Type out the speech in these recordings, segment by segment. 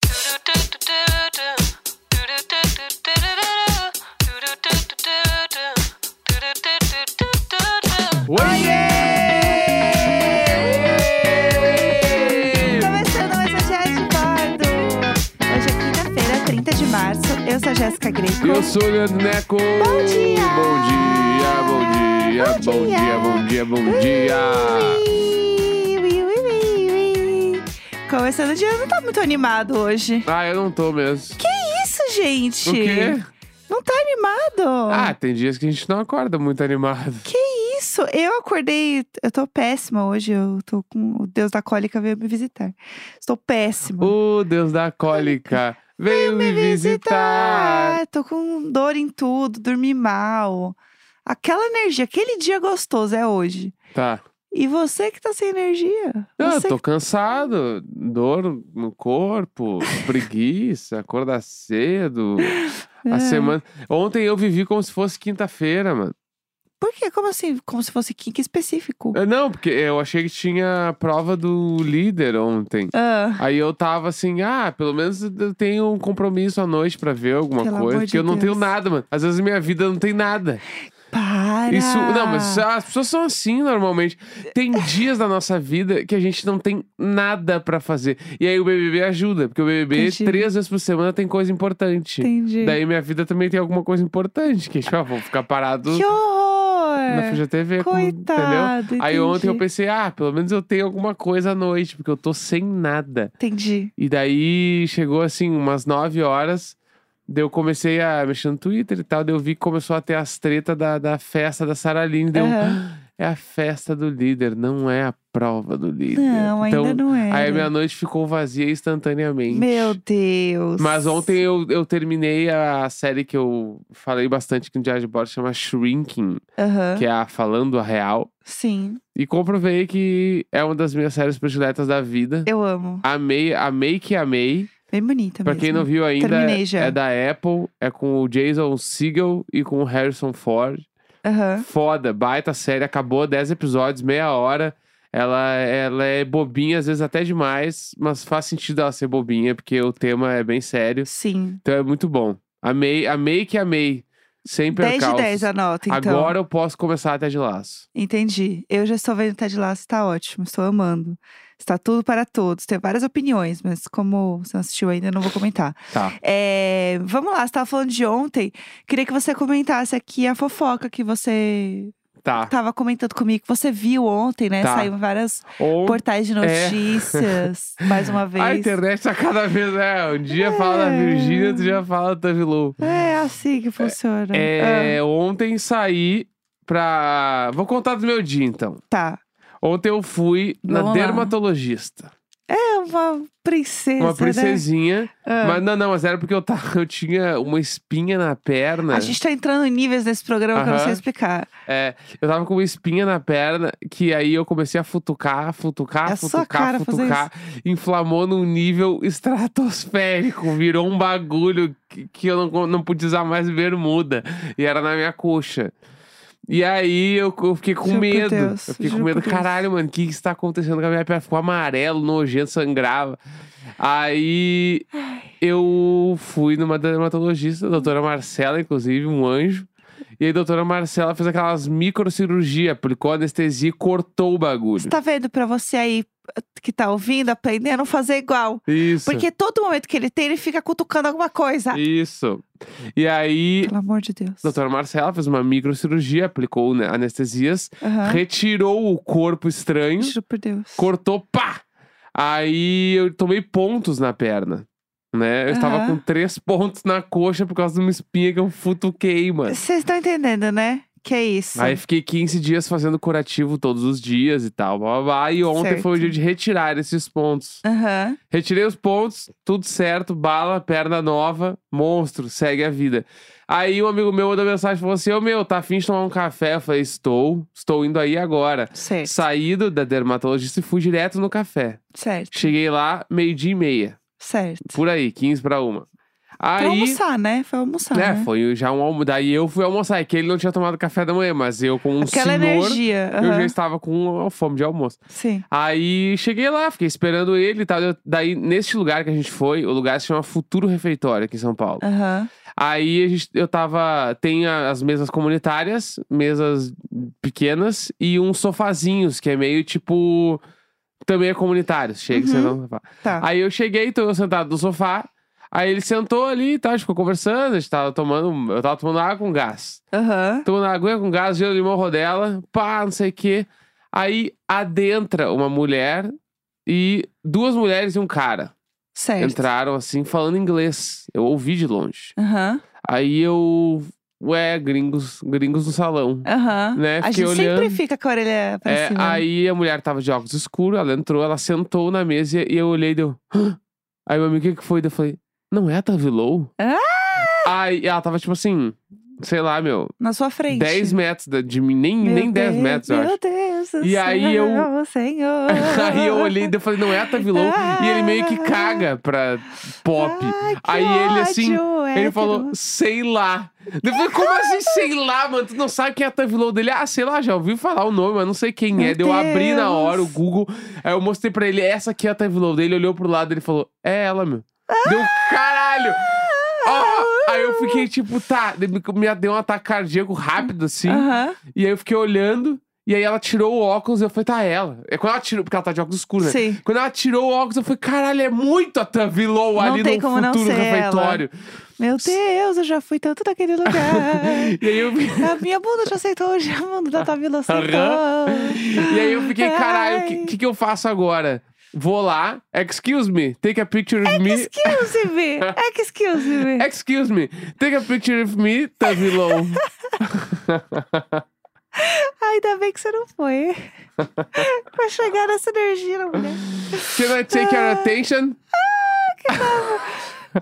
um é março. Eu sou a Jéssica Greco. Eu sou o Leandro Neco. Bom dia! Bom dia, bom dia, bom dia, bom dia, bom dia. Ui, ui, ui, ui, ui. Começando o dia, não tá muito animado hoje. Ah, eu não tô mesmo. Que isso, gente? O quê? Não tá animado? Ah, tem dias que a gente não acorda muito animado. Que isso? Eu acordei. Eu tô péssima hoje. Eu tô com. O Deus da cólica veio me visitar. Estou péssima. O Deus da cólica veio me visitar. É, Tô com dor em tudo, dormi mal. Aquela energia, aquele dia gostoso é hoje. Tá. E você que tá sem energia? Não, eu você tô cansado, dor no corpo, preguiça, acordar cedo. É. A semana. Ontem eu vivi como se fosse quinta-feira, mano. Por quê? Como assim? Como se fosse kink específico. Eh, Não, porque eu achei que tinha a prova do líder ontem. Ah, Aí eu tava assim, ah, pelo menos eu tenho um compromisso à noite pra ver alguma Pelo coisa. amor de porque eu não tenho Deus. nada, mano. Às vezes minha vida não tem nada. para! Isso. Não, mas isso- é, as pessoas são assim normalmente. Tem dias da nossa vida que a gente não tem nada pra fazer. E aí o BBB ajuda, porque o BBB Entendi. três vezes por semana tem coisa importante. Entendi. Daí minha vida também tem alguma coisa importante. Que tipo, ah, vou ficar parado Que na horror! FGTV. com- entendeu? É, Coitado, Aí ontem eu entendi. pensei, ah, pelo menos eu tenho alguma coisa à noite, porque eu tô sem nada. Entendi. E daí chegou assim, umas 9 horas. Daí eu comecei a mexer no Twitter e tal. Daí eu vi que começou a ter as tretas da, da festa da Saraline. Deu Aham. é a festa do líder, não é a prova do líder. Não, ainda então, não é. Aí a minha noite ficou vazia instantaneamente. Meu Deus. Mas ontem eu, eu terminei a série que eu falei bastante aqui no Diário de Bordo, chama Shrinking, Aham. que é a Falando a Real. Sim, E comprovei que é uma das minhas séries prediletas da vida. eu amo. Amei, amei que amei. Bem bonita Pra É mesmo. quem não viu ainda, Terminei é- já. é da Apple, é com o Jason Segel e com o Harrison Ford. Aham. Foda, baita série, acabou 10 episódios, meia hora. Ela, ela é bobinha, às vezes até demais, mas faz sentido ela ser bobinha, porque o tema é bem sério. Sim. Então é muito bom. Amei, amei que amei. Sem 10 de percalços. 10 a nota, então. Agora eu posso começar até de laço. Entendi. Eu já estou vendo Ted Lasso, está ótimo, estou amando. Está tudo para todos. Tem várias opiniões, mas como você não assistiu ainda, eu não vou comentar. Tá. É, vamos lá, você estava falando de ontem. Queria que você comentasse aqui a fofoca que você Tá. estava comentando comigo, que você viu ontem, né? Tá. Saiu em vários Ou- portais de notícias, mais uma vez. A internet tá cada vez. É, um dia fala da Virgínia, outro dia fala da Tami Lu. É assim que funciona. Ah, É, Ontem saí pra. Vou contar do meu dia então. Ah, tá. Ontem eu fui na Vamos lá. dermatologista. É uma princesa. né? Uma princesinha. Ah. Mas não, não, mas era porque eu, tava, eu tinha uma espinha na perna. Né? A gente tá entrando em níveis nesse programa que eu não sei Aham. explicar. É, eu tava com uma espinha na perna, que aí eu comecei a futucar, futucar, É a sua futucar, cara fazer futucar. Inflamou num nível estratosférico. Virou um bagulho que, que eu não, não podia usar mais bermuda. E era na minha coxa. E aí eu, eu fiquei com Juro por medo. Deus, eu fiquei juro com medo. por Deus. Caralho, mano, o que, que está acontecendo com a minha perna? Ficou amarelo, nojento, sangrava. Aí eu fui numa dermatologista, a doutora Marcela, inclusive, um anjo. E aí a doutora Marcela fez aquelas microcirurgia, aplicou anestesia e cortou o bagulho. Você tá vendo pra você aí que tá ouvindo, aprendendo, fazer igual. Isso. Porque tá- todo momento que ele tem, ele fica cutucando alguma coisa. Isso. E tá aí, Pelo amor de Deus. a doutora Marcela fez uma microcirurgia, aplicou né, anestesias, Aham. retirou o corpo estranho, Juro por Deus. cortou, pá! Aí eu tomei pontos na perna. Né? Eu estava Aham. com três pontos na coxa por causa de uma espinha que eu futuquei, mano. Vocês estão entendendo, né? Que é isso. Aí fiquei 15 dias fazendo curativo todos os dias e tal, blá, blá, blá. E ontem Certo. foi o dia de retirar esses pontos. Aham. Retirei os pontos, tudo certo, bala, perna nova, monstro, segue a vida. Aí um amigo meu mandou mensagem e falou assim: Ô meu, tá afim de tomar um café? Eu falei: Estou, estou indo aí agora. Certo. Saído da dermatologista e fui direto no café. Certo. Cheguei lá, meio-dia e meia, Certo. por aí, 15 pra uma. Pra Aí. almoçar, né? Foi almoçar. É, né? foi já um almoço. Daí eu fui almoçar, é que ele não tinha tomado café da manhã, mas eu, como um Aquela senhor, energia. eu aham. já estava com fome de almoço. Sim. Aí cheguei lá, fiquei esperando ele e tal. Eu- Daí, neste lugar que a gente foi, o lugar se chama Futuro Refeitório, aqui em São Paulo. Aham. Aí a gente- eu tava. Tem a- as mesas comunitárias, mesas pequenas e uns sofazinhos, que é meio tipo. Também é comunitário. Chega, Uhum. você não. Tá. Aí eu cheguei, tô eu sentado no sofá. Aí ele sentou ali e tal, a gente ficou conversando, a gente tava tomando, eu tava tomando água com gás. Aham. Tomando água com gás, gelo, limão, rodela, pá, não sei o quê. Aí adentra uma mulher e duas mulheres e um cara Certo. entraram assim falando inglês. Eu ouvi de longe. Aham. Aí eu, ué, gringos, gringos no salão. Aham. Né, A fiquei gente sempre olhando. fica com a orelha pra É, cima. aí a mulher tava de óculos escuros, ela entrou, ela sentou na mesa e eu olhei e deu. "Hã?" Aí meu amigo, o que, que foi? Daí Eu falei, não é a Tavilou? Ah! Aí ela tava tipo assim, sei lá, meu, Na sua frente. 10 metros da- de mim, nem, Meu nem 10 Deus, metros, eu Meu acho. Deus do E céu, oh, aí eu- Senhor. Aí eu olhei e daí eu falei, não é a Tavilou? E ele meio que caga pra pop. Ai, Ah, que Aí ele, assim, ódio, é Ele hétero. falou, sei lá. Eu falei, como assim, sei lá, mano? Tu não sabe quem é a Tavilou dele? Ah, sei lá, já ouvi falar o nome, mas não sei quem é. Meu Deu eu abri na Deus. hora o Google, aí eu mostrei pra ele, essa aqui é a Tavilou dele. Ele olhou pro lado ele falou, é ela, meu. Deu caralho! Ah, aí eu fiquei tipo, tá, me deu um ataque cardíaco rápido assim. Aham. E aí eu fiquei olhando, e aí ela tirou o óculos e eu falei, tá, é ela. É quando ela tirou, porque ela tá de óculos escuros, né? Sim. Quando ela tirou o óculos, eu falei, caralho, é muito a Tavilou Não ali tem no como não futuro ser ela. refeitório. Meu Deus, eu já fui tanto naquele lugar. E aí eu, A minha bunda te aceitou hoje, a bunda da Tavila aceitou. e aí eu fiquei, caralho, o Ai. que, que, que eu faço agora? Vou lá, excuse me, take a picture of me. Excuse me, excuse É me. Excuse me, take a picture of me, Tavilou. Ainda bem que você não foi. pra chegar nessa energia na mulher. Can I take your attention?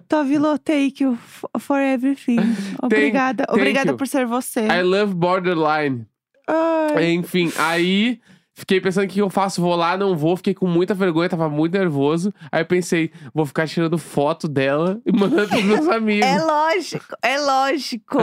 Tavila, thank you f- for everything. Obrigada. thank Obrigada you. por ser você. I love borderline. Ai. Enfim, aí fiquei pensando o que que eu faço, vou lá, não vou. Fiquei com muita vergonha, tava muito nervoso. Aí pensei, vou ficar tirando foto dela e mandando pros meus amigos. É lógico, é lógico.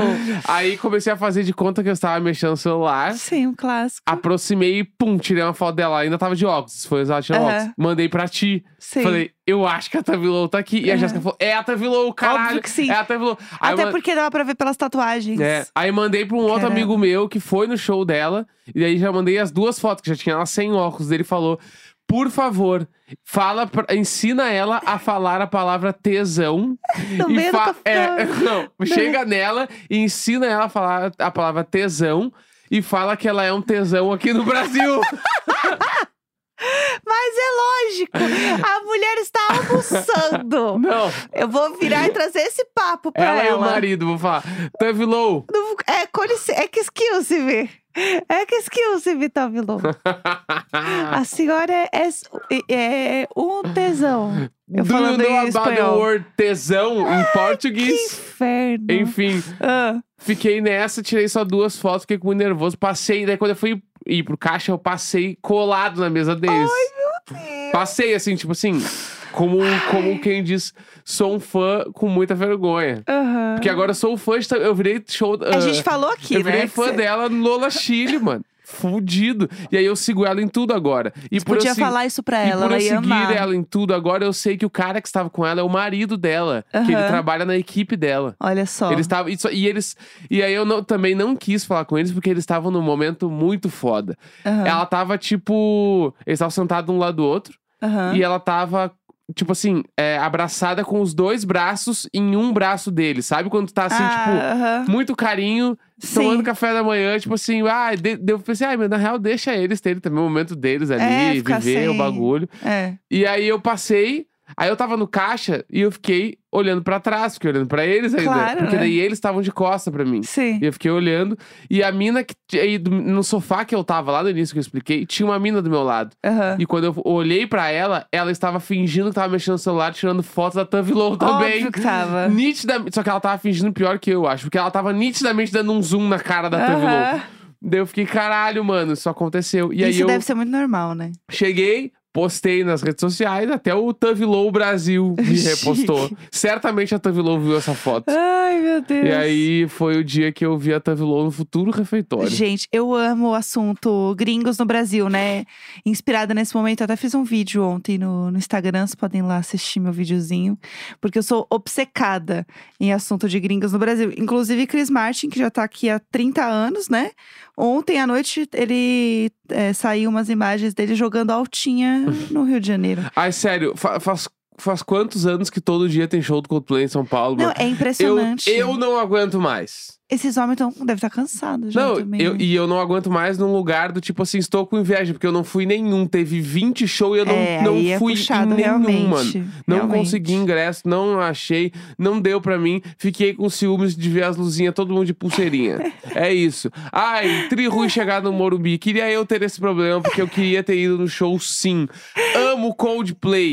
Aí comecei a fazer de conta que eu estava mexendo no celular. Sim, um Ah, clássico. Aproximei e pum, tirei uma foto dela. Ainda tava de óculos, foi usar tirou Aham. óculos. Mandei pra ti. Sim. Falei, eu acho que a Tavilou tá aqui. E a Aham. Jéssica falou, é a Tavilou, caralho. que sim. É a Tavilou. Aí Até man- porque dava pra ver pelas tatuagens. é, aí mandei pra um outro Caramba. amigo meu que foi no show dela. E aí já mandei as duas fotos, que já tinha ela sem óculos. Ele falou, por favor, fala pra- ensina ela a falar a palavra tesão. No e meio do fa- café. é, não, chega nela e ensina ela a falar a palavra tesão. E fala que ela é um tesão aqui no Brasil. Mas é lógico, a mulher está almoçando. Não, Eu vou virar e trazer esse papo pra ela ela. e o marido, vou falar. Tavilou. Não- é, com licença, é que excuse me. É que excuse me, Tavilô. A senhora é, é- é um tesão. Eu Do you falando know em about the espanhol. Ah, word tesão em Que português? inferno. Enfim, Ah, fiquei nessa, tirei só duas fotos, fiquei muito nervoso. Passei, daí quando eu fui ir pro caixa, eu passei colado na mesa deles. Passei assim, tipo assim, como, como quem diz, sou um fã com muita vergonha. aham. Porque agora eu sou um fã, de, ta- eu virei show. A ah, gente falou aqui, eu virei né? que fã cê- dela no Lola Chile, mano. Fudido. E aí eu sigo ela em tudo agora. E por Podia eu se- falar isso pra ela, e por ela eu ia seguir né, amar. ela em tudo agora, eu sei que o cara que estava com ela é o marido dela. Que ele Aham. trabalha na equipe dela. Olha só. Eles estavam. E, só- e eles. E aí eu não- também não quis falar com eles, porque eles estavam num momento muito foda. Aham, Ela tava tipo. Eles estavam sentados um lado do outro. aham. E ela tava. Tipo assim, é, abraçada com os dois braços em um braço dele. Sabe quando tu tá assim, tipo, ah, muito carinho, tipo, tomando café da manhã, tipo assim, ah, de, de, eu pensei, ai, mas na real, deixa eles terem também o momento deles ali, É, viver ficar o sem- bagulho. É. E aí eu passei, aí eu tava no caixa e eu fiquei olhando pra trás, fiquei olhando pra eles ainda. Claro, porque né? daí eles estavam de costa pra mim. Sim. E eu fiquei olhando. E a mina que. t- aí do- No sofá que eu tava lá no início que eu expliquei, tinha uma mina do meu lado. Aham. E quando eu olhei pra ela, ela estava fingindo que tava mexendo no celular, tirando foto da Tavilou também. Óbvio que tava. Nitidamente. Só que ela tava fingindo pior que eu, acho. Porque ela tava nitidamente dando um zoom na cara da Tavilou. Aham. Daí eu fiquei, caralho, mano, isso aconteceu. E aí Isso eu deve ser muito normal, né? cheguei. Postei nas redes sociais, até o Tavilou Brasil me Chique. repostou. Certamente a Tavilou viu essa foto. Ai, meu Deus. E aí foi o dia que eu vi a Tavilou no futuro refeitório. Gente, eu amo o assunto gringos no Brasil, né? Inspirada nesse momento, eu até fiz um vídeo ontem no, no Instagram, vocês podem ir lá assistir meu videozinho, porque eu sou obcecada em assunto de gringos no Brasil. Inclusive, Chris Martin, que já tá aqui há 30 anos, né? Ontem à noite, ele é, saiu umas imagens dele jogando altinha no Rio de Janeiro. Ai, sério, fa- faz faz quantos anos que todo dia tem show do Coldplay em São Paulo? Não, mano? é eu, impressionante. eu não aguento mais. Esses homens tão, devem estar cansados já não, também. eu, né? e eu não aguento mais num lugar do tipo assim, estou com inveja, porque eu não fui em nenhum. Teve 20 shows e eu não, é, não aí é fui puxado, em nenhum, realmente. mano. Não realmente. consegui ingresso, não achei, não deu pra mim. Fiquei com ciúmes de ver as luzinhas, todo mundo de pulseirinha. é isso. Ai, tri ruim chegar no Morumbi. Queria eu ter esse problema, porque eu queria ter ido no show sim. Amo Coldplay.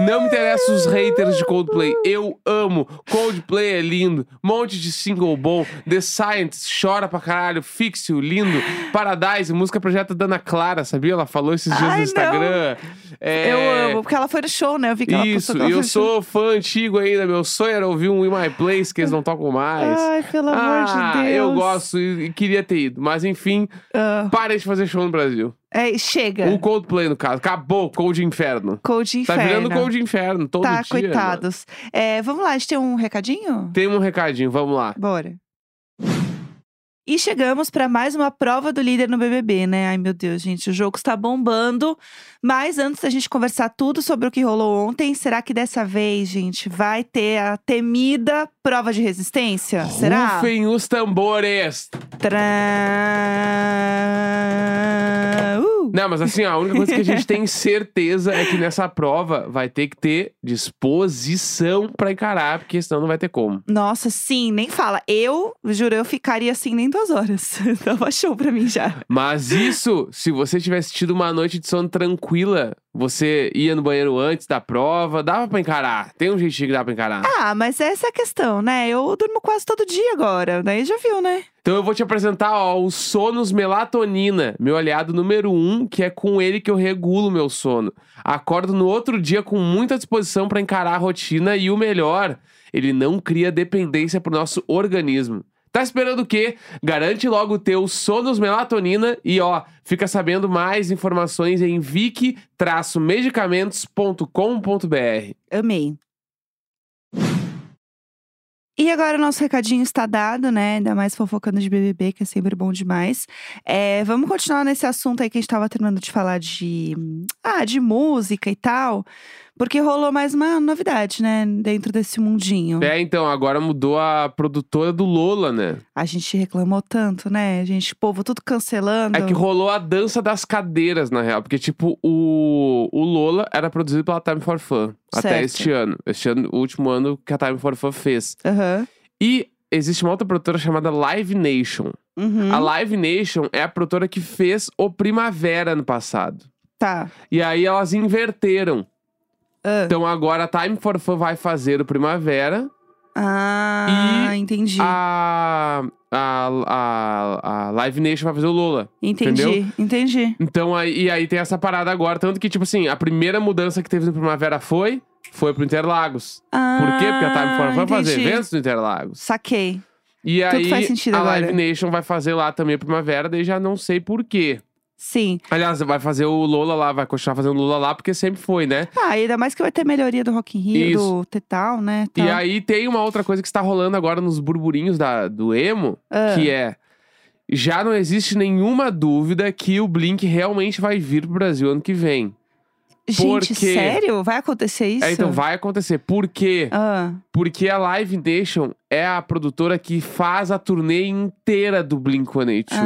Não me interessa os haters de Coldplay. Eu amo. Coldplay é lindo. Monte de single bom. The Science chora pra caralho. Fixio, lindo. Paradise, música projeto da Ana Clara, sabia? Ela falou esses dias Ai, no não. Instagram. É... Eu amo, porque ela foi no show, né? Eu vi que ela Isso, postou que ela e eu foi no show. sou fã antigo ainda. Meu sonho era ouvir um In My Place que eles não tocam mais. Ai, pelo ah, amor de Deus. eu gosto e, e queria ter ido. Mas enfim, Ah, parem de fazer show no Brasil. é, chega. O Coldplay, no caso. Acabou o Cold Inferno. Cold Tá Inferno. virando Cold Inferno todo Tá, dia. mano. coitados. É, vamos lá, a gente tem um recadinho? Tem um recadinho, vamos lá. Bora. E chegamos para mais uma prova do líder no BBB, né? Ai, meu Deus, gente, o jogo está bombando. Mas antes da gente conversar tudo sobre o que rolou ontem, será que dessa vez, gente, vai ter a temida prova de resistência? É, Será? Rufem os tambores. Tcharam! Uh! Não, mas assim, a única coisa que a gente tem certeza é que nessa prova vai ter que ter disposição pra encarar, porque senão não vai ter como. Nossa, sim, nem fala. Eu, juro, eu ficaria assim nem duas horas. Tava show pra mim já. Mas isso, se você tivesse tido uma noite de sono tranquila, você ia no banheiro antes da prova, dava pra encarar. Tem um jeitinho que dá pra encarar. Ah, mas essa é a questão, né? Eu durmo quase todo dia agora. Daí já viu, né? Então eu vou te apresentar, ó, o Sonos Melatonina, meu aliado número um, que é com ele que eu regulo meu sono. Acordo no outro dia com muita disposição pra encarar a rotina e o melhor, ele não cria dependência pro nosso organismo. Tá esperando o quê? Garante logo o teu Sonos Melatonina e ó, fica sabendo mais informações em vic-medicamentos.com.br. Amei. E agora o nosso recadinho está dado, né? Ainda mais fofocando de BBB, que é sempre bom demais. É, vamos continuar nesse assunto aí que a gente tava terminando de falar de... hum, Ah, de música e tal. Porque rolou mais uma novidade, né? Dentro desse mundinho. É, então, agora mudou a produtora do Lola, né? A gente reclamou tanto, né? A gente, povo, tudo cancelando. É que rolou a dança das cadeiras, na real. Porque, tipo, o, o Lola era produzido pela Time for Fun. Até Certo. este ano. Este ano, o último ano que a Time for Fun fez. Aham. E existe uma outra produtora chamada Live Nation. Uhum. A Live Nation é a produtora que fez o Primavera no passado. Tá. E aí elas inverteram. Ah. Então agora a Time for Fun vai fazer o Primavera. Ah, entendi. A, a, a, a Live Nation vai fazer o Lola. Entendi, Entendeu? entendi. Então, aí, e aí tem essa parada agora. Tanto que, tipo assim, a primeira mudança que teve no Primavera foi... Foi pro Interlagos. Ah, Por quê? Porque a Time For Fun vai fazer entendi. eventos no Interlagos. Saquei. E Tudo aí, faz sentido a agora. Live Nation vai fazer lá também a Primavera, daí já não sei por quê. Sim. Aliás, vai fazer o Lola lá, vai continuar fazendo o Lola lá, porque sempre foi, né? Ah, ainda mais que vai ter melhoria do Rock in Rio, Isso. do Tetal, né? Tal. E aí tem uma outra coisa que está rolando agora nos burburinhos da, do emo, Ah. que é... Já não existe nenhuma dúvida que o Blink realmente vai vir pro Brasil ano que vem. por Gente, quê? sério? Vai acontecer isso? É, então vai acontecer. Por quê? Ah, Porque a Live Nation é a produtora que faz a turnê inteira do Blink-182. ah.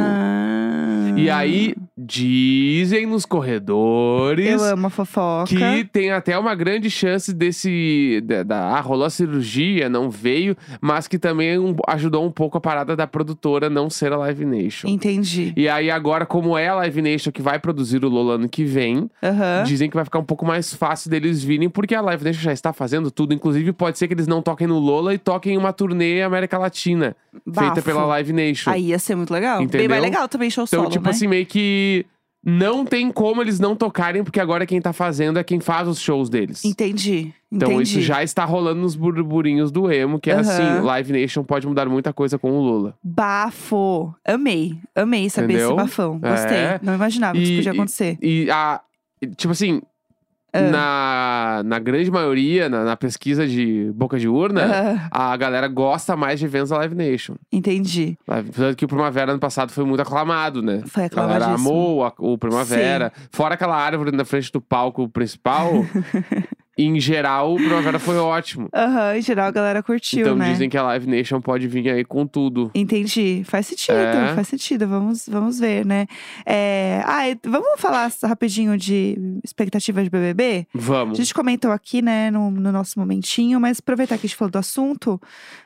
E aí, dizem nos corredores Eu amo a fofoca. que tem até uma grande chance desse... Da, da- ah, rolou a cirurgia, não veio. Mas que também um- ajudou um pouco a parada da produtora não ser a Live Nation. Entendi. E aí agora, como é a Live Nation que vai produzir o Lola ano que vem... Aham. Dizem que vai ficar um pouco mais fácil deles virem, porque a Live Nation já está fazendo tudo. Inclusive, pode ser que eles não toquem no Lola e toquem uma turnê América Latina, feita Bafo. pela Live Nation. Aí ia ser muito legal. Entendeu? Bem mais legal também, show então, solo, tipo né? assim, meio que não tem como eles não tocarem, porque agora quem tá fazendo é quem faz os shows deles. Entendi, entendi. Então, isso já está rolando nos burburinhos do emo, que é Aham. assim: Live Nation pode mudar muita coisa com o Lola. Bafo. Amei, amei saber Entendeu? esse bafão. Gostei. É. Não imaginava que E- isso podia e- acontecer. E a. Tipo assim, na, na grande maioria, na, na pesquisa de boca de urna, Ah, a galera gosta mais de eventos da Live Nation. entendi. Live- Tanto que o Primavera ano passado foi muito aclamado, né? Foi A galera aclamadíssimo. amou a- o Primavera. Fora aquela árvore na frente do palco principal, em geral, o Primavera foi ótimo. Aham, em geral a galera curtiu, então né? dizem que a Live Nation pode vir aí com tudo. Entendi. Faz sentido, É. faz sentido. Vamos, vamos ver, né? É... Ah, e vamos falar rapidinho de expectativa de BBB? A Vamos. gente comentou aqui, né, no, no nosso momentinho, mas aproveitar que a gente falou do assunto,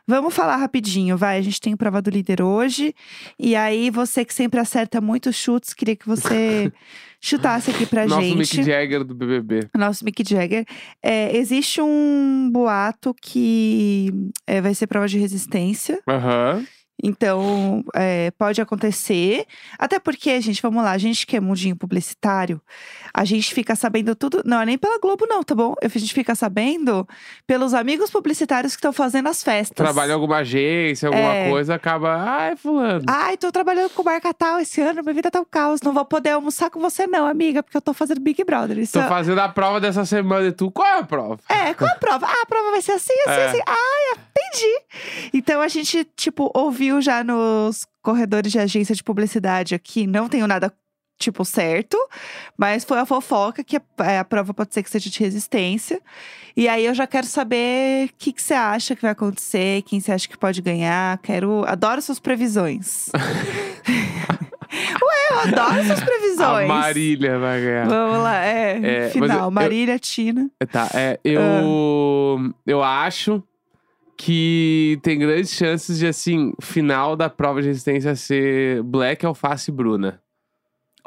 vamos falar rapidinho, vai. A gente tem prova do líder hoje. E aí, você que sempre acerta muitos chutes, queria que você chutasse aqui pra Nosso gente. Mick Jagger do BBB. Nosso Mick Jagger. É, existe um boato que é, vai ser prova de resistência. Aham. Então, é, pode acontecer. Até porque, gente, vamos lá, a gente que é mundinho publicitário, a gente fica sabendo tudo. Não é nem pela Globo, não, tá bom? A gente fica sabendo pelos amigos publicitários que estão fazendo as festas. Trabalha em alguma agência, alguma É. Ah, coisa, acaba. Ai, fulano. Ai, tô trabalhando com marca tal esse ano, minha vida tá um caos. Não vou poder almoçar com você, não, amiga, porque eu tô fazendo Big Brother. Isso Tô fazendo a prova dessa semana e tu. Qual é a prova? É, qual a prova? Ah, a prova vai ser assim, assim, É. assim. Ah, entendi. Então a gente, tipo, ouviu já nos corredores de agência de publicidade aqui, não tenho nada, tipo, certo, mas foi a fofoca que a, é, a prova pode ser que seja de resistência. E aí eu já quero saber o que, que você acha que vai acontecer, quem você acha que pode ganhar. Quero. Adoro suas previsões. Ué, eu adoro suas previsões. A Marília vai ganhar. Vamos lá, é. É, mas final, eu- eu- Marília, Tina. Tá, é, eu. Ah. Eu acho que tem grandes chances de, assim, final da prova de resistência ser Black, Alface e Bruna.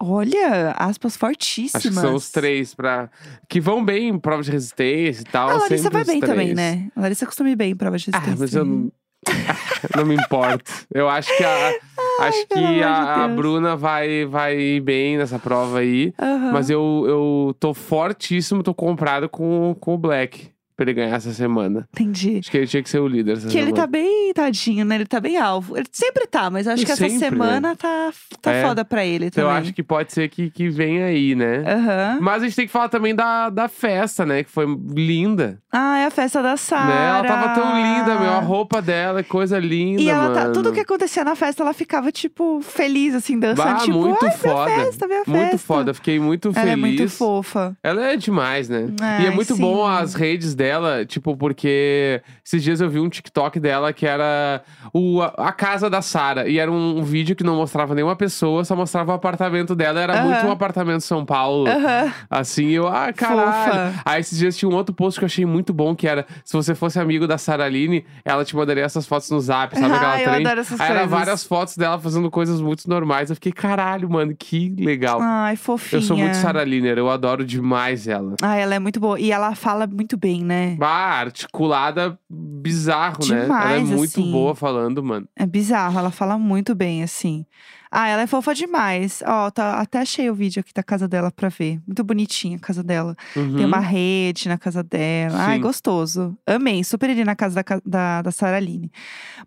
Olha, aspas Acho fortíssimas. que são os três pra. Que vão bem em prova de resistência e tal. A Larissa sempre vai os bem também, três. né? A Larissa costuma ir bem em prova de Ah, resistência. né? mas eu não- não me importo. Eu acho que a. acho pelo amor que de a, a Deus. Bruna vai, vai ir bem nessa prova aí. Aham. Mas eu, eu tô fortíssimo, tô comprado com, com o Black pra ele ganhar essa semana. Entendi. Acho que ele tinha que ser o líder essa Que ele tá semana. bem tadinho, né? Ele tá bem alvo. Ele sempre tá, mas eu acho Ele que essa sempre, né? semana tá, tá É. foda pra ele Então eu também. É. acho que pode ser que, que venha aí, né? Aham. Mas a gente tem que falar também da, da festa, né? Que foi linda. Ah, é a festa da Sara. Né? Ela tava tão linda, meu. A roupa dela, coisa linda. E ela tá, mano. tudo que acontecia na festa, ela ficava, tipo, feliz, assim, dançando. Bah, tipo, Ah, muito ai, foda. minha festa, minha festa. Muito foda, fiquei muito Ela feliz. é muito fofa. Ela é demais, né? e é Ai, muito sim. bom as redes dela, tipo, porque esses dias eu vi um TikTok dela que era o, a, a casa da Sara. E era um, vídeo que não mostrava nenhuma pessoa, só mostrava o apartamento dela. Era Aham. muito um apartamento em São Paulo. Aham. Assim, eu, ah, caralho. Fofa. Aí esses dias tinha um outro post que eu achei muito bom, que era se você fosse amigo da Sara Aline, ela te mandaria essas fotos no zap, sabe? Aquela Ai, eu trend? adoro essas Aí era coisas. várias fotos dela fazendo coisas muito normais. Eu fiquei, caralho, mano, que legal. Ai, fofinha. Eu sou muito Sarah Liner, eu adoro demais ela. Ai, ela é muito boa. E ela fala muito bem, né? Bah, articulada bizarro, né? Ela é Demais, muito assim. boa falando, mano. É bizarro, ela fala muito bem, assim. Ah, ela é fofa demais. Ó, tá- até achei o vídeo aqui da casa dela pra ver. Muito bonitinha a casa dela. Uhum. Tem uma rede na casa dela. Ai, Sim. gostoso. Amei, super iria na casa da, ca- da, da Sara Aline.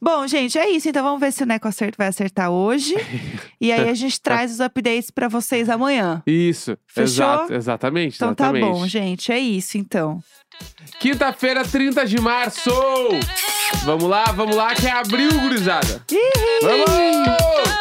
Bom, gente, é isso. Então vamos ver se o Neco acerta, vai acertar hoje. e aí a gente traz os updates pra vocês amanhã. Isso, Fechou? exato, exatamente, Então tá exatamente. bom, gente. É isso, então. Quinta-feira, 30 de março! Vamos lá, vamos lá, que é abril, gurizada! Ih! Vamos!